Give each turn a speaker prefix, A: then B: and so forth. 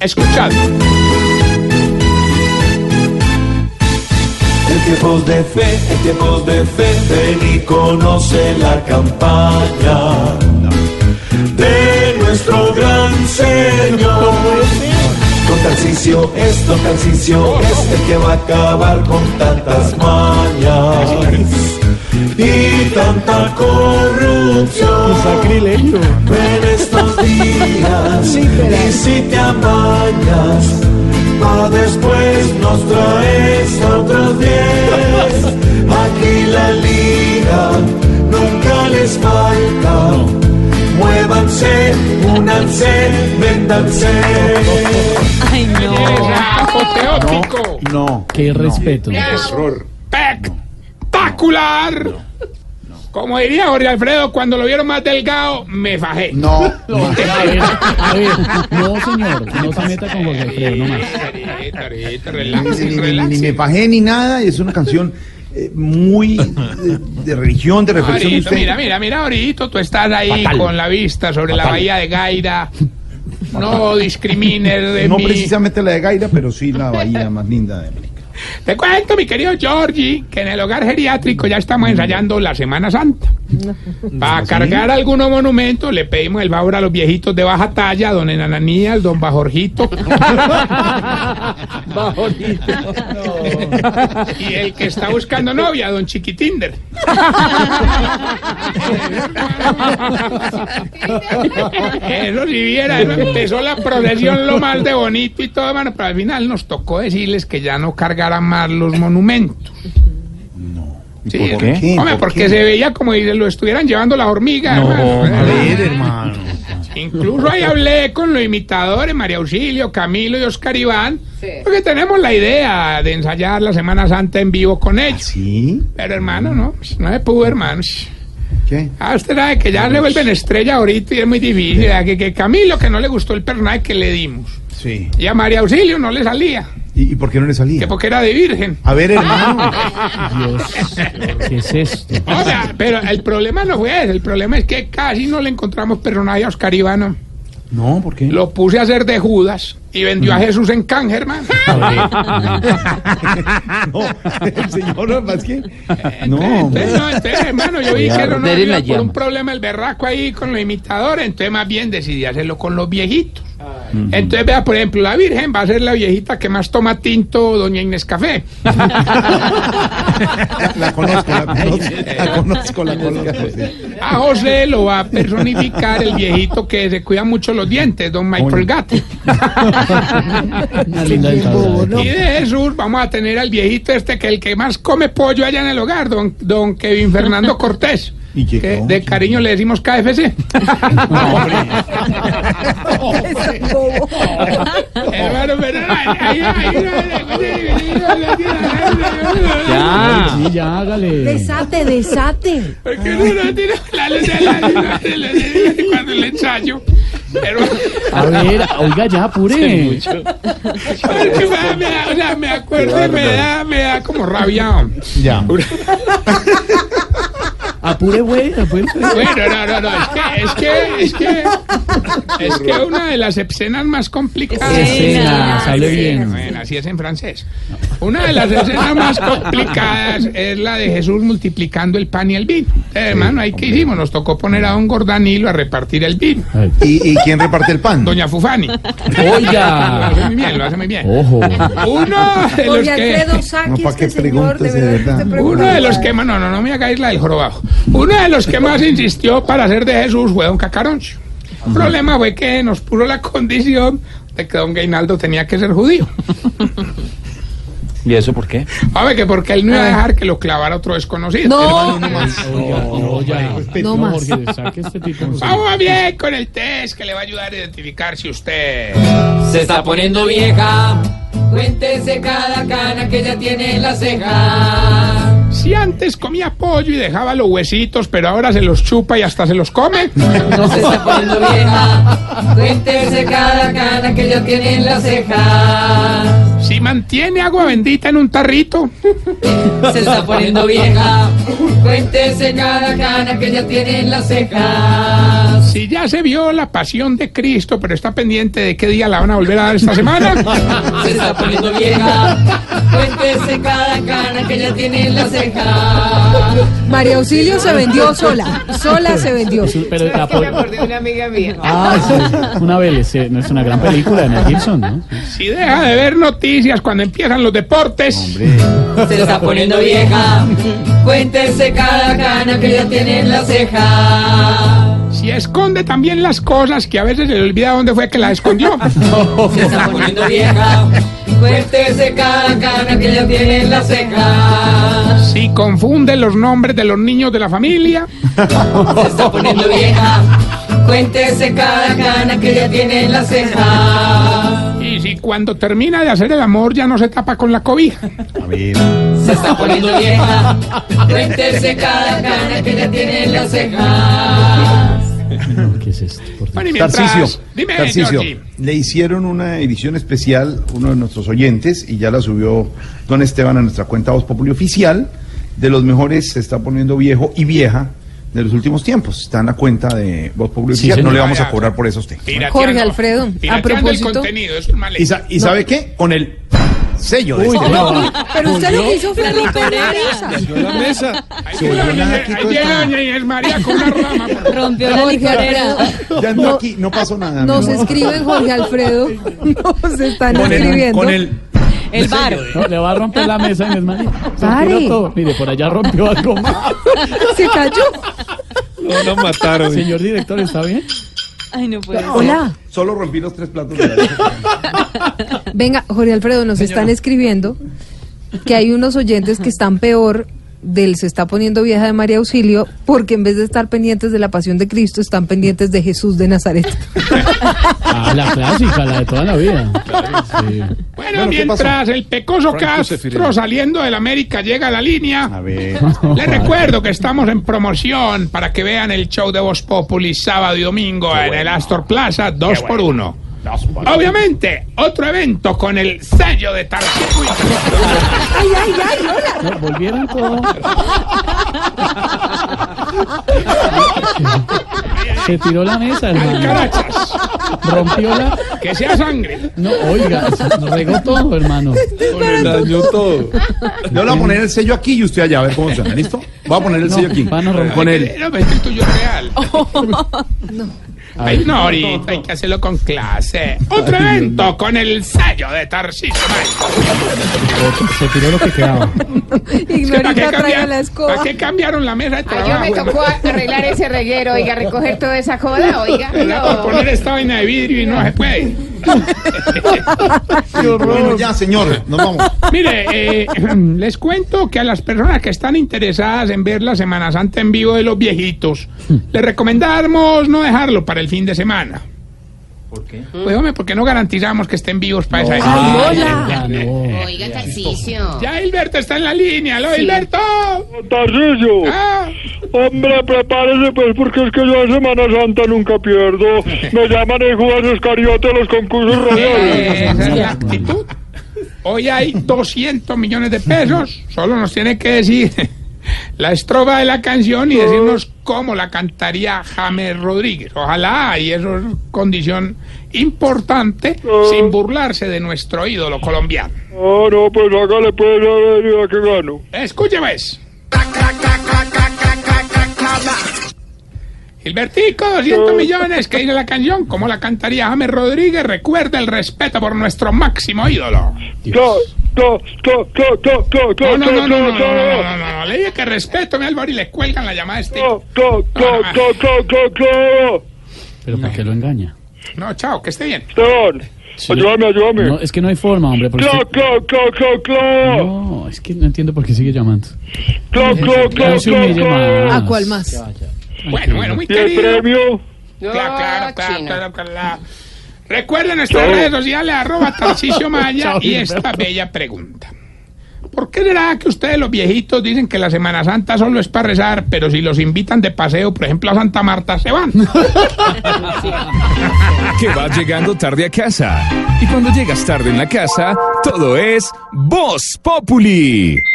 A: Escuchad.
B: En tiempos de fe, en tiempos de fe, ven y conoce la campaña de nuestro gran Señor. Don Tarcisio es, Don Tarcisio es el este, que va a acabar con tantas mañas y tanta corrupción.
C: Sacrilegio.
B: En estos días y si te amañas, pa después nos traes a otras diez. Aquí la liga nunca les falta. Muévanse, únanse, véndanse.
D: Ay, no.
A: Apoteótico.
C: No.
E: Qué respeto.
A: Espectacular. Como diría Jorge Alfredo, cuando lo vieron más delgado, me fajé.
C: No.
E: A ver, a ver, no señor, no se meta con Jorge Alfredo, no más.
A: Ahorita, ahorita,
C: Ni,
A: Relaxen,
C: ni- ni- ni me
A: relaxen.
C: pajé ni nada. Es una canción eh, muy de, de religión, de reflexión de
A: Ahorita,
C: usted.
A: mira, mira, mira, ahorita tú estás ahí con la vista sobre la bahía de Gaira. No discrimines de
C: no
A: mí.
C: precisamente la de Gaira, pero sí la bahía más linda de América.
A: Te cuento, mi querido Georgie, que en el hogar geriátrico ya estamos ensayando la Semana Santa. Para cargar algunos monumentos, le pedimos el favor a los viejitos de baja talla, don Enananías, don Bajorjito. y el que está buscando novia, don Chiquitinder. Eso si viera, eso empezó la procesión lo más de bonito y todo, hermano, pero al final nos tocó decirles que ya no cargaran más los monumentos.
C: ¿Y
A: Sí,
C: ¿Por qué?
A: Hombre,
C: ¿Por
A: porque
C: qué?
A: se veía como si lo estuvieran llevando las hormigas. hermano.
C: A ver, hermano.
A: Incluso ahí hablé con los imitadores, María Auxilio, Camilo y Oscar Iván, porque tenemos la idea de ensayar la Semana Santa en vivo con ellos.
C: ¿Sí?
A: Pero hermano, no, pues, no se pudo, hermanos.
C: ¿Qué?
A: Ah, usted sabe que ya le vuelven estrella ahorita y es muy difícil. ¿verdad? Que, que Camilo, que no le gustó el personaje que le dimos.
C: Sí.
A: Y a María Auxilio no le salía,
C: ¿Y, y por qué no le salía?
A: que porque era de virgen.
C: A ver, hermano.
E: Dios, ¿qué es esto?
A: O sea, pero el problema no fue ese, el problema es que casi no le encontramos personaje a Oscar Iván.
C: No, ¿por qué?
A: Lo puse a hacer de Judas y vendió a Jesús en canje, hermano.
E: Ah,
C: No, el señor, más que. No,
A: Entonces, Eh, no, entonces, hermano, yo vi que eso no
E: arder en
A: iba
E: la
A: por un
E: llama.
A: problema el berraco ahí con los imitadores, entonces más bien decidí hacerlo con los viejitos. Entonces, vea, por ejemplo, la Virgen va a ser la viejita que más toma tinto, doña Inés Café.
C: la conozco, la conozco,
A: eh.
C: la conozco, la conozco. sí.
A: A José lo va a personificar el viejito que se cuida mucho los dientes, don Michael Gatti.
E: Una linda dentadura.
A: Y de Jesús vamos a tener al viejito este que el que más come pollo allá en el hogar, don, don Kevin Fernando Cortés.
C: ¿Y qué
A: que
C: cosa?
A: de cariño le decimos KFC. Hermano, pero ay, ay, ay,
E: Ya. Sí, ya, hágale.
D: Desate, desate.
A: ¿Por qué no la tira? La luz de la luz de la luz de cuando le ensayo. Pero
E: A ver, oiga, ya, apure.
A: porque me da- me da- o sea, me acuerdo y me da, me da como rabia.
C: Ya.
E: Apure, güey, apure.
A: Bueno, no, no, no, es que, es que, es que, es que una de las escenas más complicadas.
E: Escenas, hable
A: Bueno,
E: bien.
A: bueno, así es en francés. Una de las escenas más complicadas es la de Jesús multiplicando el pan y el vino. Eh, hermano, ahí que hicimos, nos tocó poner a don Gordanilo a repartir el vino.
E: Ay,
C: ¿Y, y quién reparte el pan?
A: Doña Fufani. Lo hace
E: Oiga.
A: muy bien, lo hace muy bien.
E: Ojo.
A: Uno de los
D: Jorge
A: que...
D: Alfredo,
C: No,
D: saque
C: ¿pa' qué
D: este señor, de
C: preguntas, de verdad?
D: verdad. este
C: Uno
A: Uno de los
D: pregunta.
A: que más, no, no, no me hagáis la del jorobado. Uno de los que más insistió para hacer de Jesús fue don Cacaroncio. El problema fue que nos puso la condición de que don Gainaldo tenía que ser judío.
F: ¿Y eso por qué?
A: A ver, que porque él no iba a dejar que lo clavara otro desconocido.
D: No,
E: Oiga, no, ya.
D: No más.
E: Jorge, saque este tipo.
A: Vamos bien con el test que le va a ayudar a identificar si usted.
G: Se está poniendo vieja. Cuéntese cada cana que ya tiene en la ceja.
A: Si antes comía pollo y dejaba los huesitos, pero ahora se los chupa y hasta se los come.
G: Se está poniendo vieja. Cuéntese cada cana que ya tiene en la ceja.
A: Si mantiene agua bendita en un tarrito,
G: Se está poniendo vieja. Cuéntese cada cana que ya tiene en las cejas.
A: si ya se vio la pasión de Cristo, pero está pendiente de qué día la van a volver a dar esta semana,
G: Se está poniendo vieja. Cuéntese cada cana que ya tiene en las cejas.
D: María Auxilio se vendió sola. Sola se vendió.
E: Es un- Pues, pero la
F: Que me
E: po-
F: acordé de una amiga mía.
E: Ah, sí, una Vélez, eh, no es una gran película de Mel Gibson, ¿no?
A: si deja de ver noticias cuando empiezan los deportes,
G: Se está poniendo vieja. Cuéntese cada cana que ya tiene en las cejas.
A: si esconde también las cosas que a veces se le olvida dónde fue que las escondió.
G: Se está poniendo vieja. Cuéntese cada cana que ya tiene en las cejas.
A: Si confunde los nombres de los niños de la familia,
G: Se está poniendo vieja. Cuéntese cada cana que ya tiene en las cejas.
A: y si cuando termina de hacer el amor ya no se tapa con la cobija.
C: A ver.
G: Se está poniendo vieja. Cuéntese cada cana que ya tiene en las cejas.
E: No, ¿Qué es esto? Por Dios.
A: Bueno, y mientras-
C: Tarcicio,
A: dime,
C: Tarcicio,
A: Georgie.
C: le hicieron una edición especial uno de nuestros oyentes y ya la subió don Esteban a nuestra cuenta Voz Populi Oficial. De los mejores se está poniendo viejo y vieja de los últimos tiempos. Está en la cuenta de Voz Populi
E: Sí,
C: Oficial. No
E: señor.
C: le vamos a
A: Vaya.
C: cobrar por eso a usted.
A: Pirateando-
D: Jorge Alfredo, a
A: pirateando
D: propósito-
A: el contenido, es un mal
C: ¿Y, sa- y sabe qué? Con el sello de
E: Uy,
C: este.
E: no.
D: Pero usted lo que hizo fue romper la mesa.
A: Ahí
C: Se
A: viene
C: volvió
A: doña-
C: nada
A: ahí
C: quito
A: viene
C: esto.
A: doña Inés María con una rama. por-
D: Rompió la licorera.
C: Ya ando aquí, no pasó nada.
D: Nos
C: mi amor.
D: escriben Jorge Alfredo. Nos están
C: Con el,
D: escribiendo.
C: con el-
F: El bar.
E: No, le va a romper la mesa en el mar. Se
D: Pare.
E: tira todo. Mire, por allá rompió algo más.
D: Se cayó.
E: Señor director, ¿está bien?
F: Ay, no puede ser.
D: Hola.
C: Solo rompí los tres platos de la
D: Venga, Jorge Alfredo, nos están escribiendo que hay unos oyentes que están peor del se está poniendo vieja de María Auxilio porque en vez de estar pendientes de la pasión de Cristo están pendientes de Jesús de Nazaret.
E: Ah, la clásica, la de toda la vida. Sí.
A: Bueno,
C: Bueno, ¿qué
A: mientras
C: pasó?
A: el pecoso
C: Franco
A: Castro
C: Sefirelli.
A: saliendo del América llega a la
C: A
A: línea.
C: ver.
A: Les recuerdo que estamos en promoción para que vean el show de Voz Populi sábado y domingo en el Astor Plaza 2 por 1 Obviamente, otro evento con el sello de Tarcicio.
D: ¡Ay, ay, ay! ¡Hola!
E: No, volvieron todo. Se tiró la mesa, hermano.
A: Carachas,
E: Rompió la.
A: que sea sangre.
E: No, oiga, se- nos regó todo, hermano.
C: Yo le voy a poner el sello aquí y usted allá, a ver cómo suena, ¿listo? Voy a poner el
E: No,
C: sello aquí.
E: van a romper.
C: Con él.
A: No, pero es el tuyo es real.
E: A
A: Ay,
E: ver,
A: no, ahorita hay que hacerlo con clase. Otro evento con el sello de Tarcisio.
E: se tiró lo que quedaba.
D: Ignorita traiga la escoba.
A: ¿Para qué cambiaron la mesa de
F: Ay, yo
A: trabajo?
F: me tocó arreglar ese reguero, oiga, recoger toda esa joda, oiga.
A: Era para poner esta vaina de vidrio y no se puede.
C: Bueno, ya, señor, nos vamos.
A: Mire, eh, les cuento que a las personas que están interesadas en ver la Semana Santa en vivo de los viejitos, les recomendamos no dejarlo para el fin de semana. ¿Por qué? Pues, hombre, porque no garantizamos que estén vivos para esa época.
E: Ah, no.
F: Oiga, Tarcicio.
A: Ya Hilberto está en la línea, ¿lo Hilberto?
H: Tarcillo,
A: Ah,
H: hombre, prepárese pues porque es que yo en Semana Santa nunca pierdo. Me llaman el Judas Iscariote a los concursos royales.
A: esa es la actitud. Hoy hay 200 millones de pesos, solo nos tiene que decir la estrofa de la canción y decirnos cómo la cantaría James Rodríguez. Ojalá, y eso es condición importante, sin burlarse de nuestro ídolo colombiano.
H: Ah, no, pues hágale pues a ver a qué gano.
A: Escúcheme. pues. Gilbertico,
H: Ah.
A: 200 millones que irá la canción. Como la cantaría James Rodríguez, recuerda el respeto por nuestro máximo ídolo.
H: Yo, yo, yo, yo, yo, yo,
A: No,
H: yo,
A: no, no, no, no,
H: yo, yo,
A: no, no, no,
H: yo.
A: no, no, no. Le dije que respeto, mi Álvaro, y le cuelgan la llamada a este.
H: Yo, yo, yo, yo, yo, yo, yo.
E: Pero ¿para qué lo engaña?
A: No, chao, que esté bien.
H: Esteban, ayúdame, ayúdame.
E: No, es que no hay forma, hombre. porque-
H: Clo, clo, clo, clo, clo.
E: No, es que no entiendo por qué sigue llamando.
H: Clo, clo, clo,
E: No se humille
H: clo, clo.
E: más.
D: ¿A cuál más?
A: Bueno, bueno, muy
H: ¿Y el
A: querido.
H: premio?
A: Claro, claro, claro,
F: chino.
A: claro, claro. Recuerden nuestras redes sociales, arroba Tarcicio Maya y esta bella pregunta. ¿Por ¿Por qué será que ustedes los viejitos dicen que la Semana Santa solo es para rezar, pero si los invitan de paseo, por ejemplo, a Santa Marta, se van?
C: que vas llegando tarde a casa. Y cuando llegas tarde en la casa, todo es Voz Populi.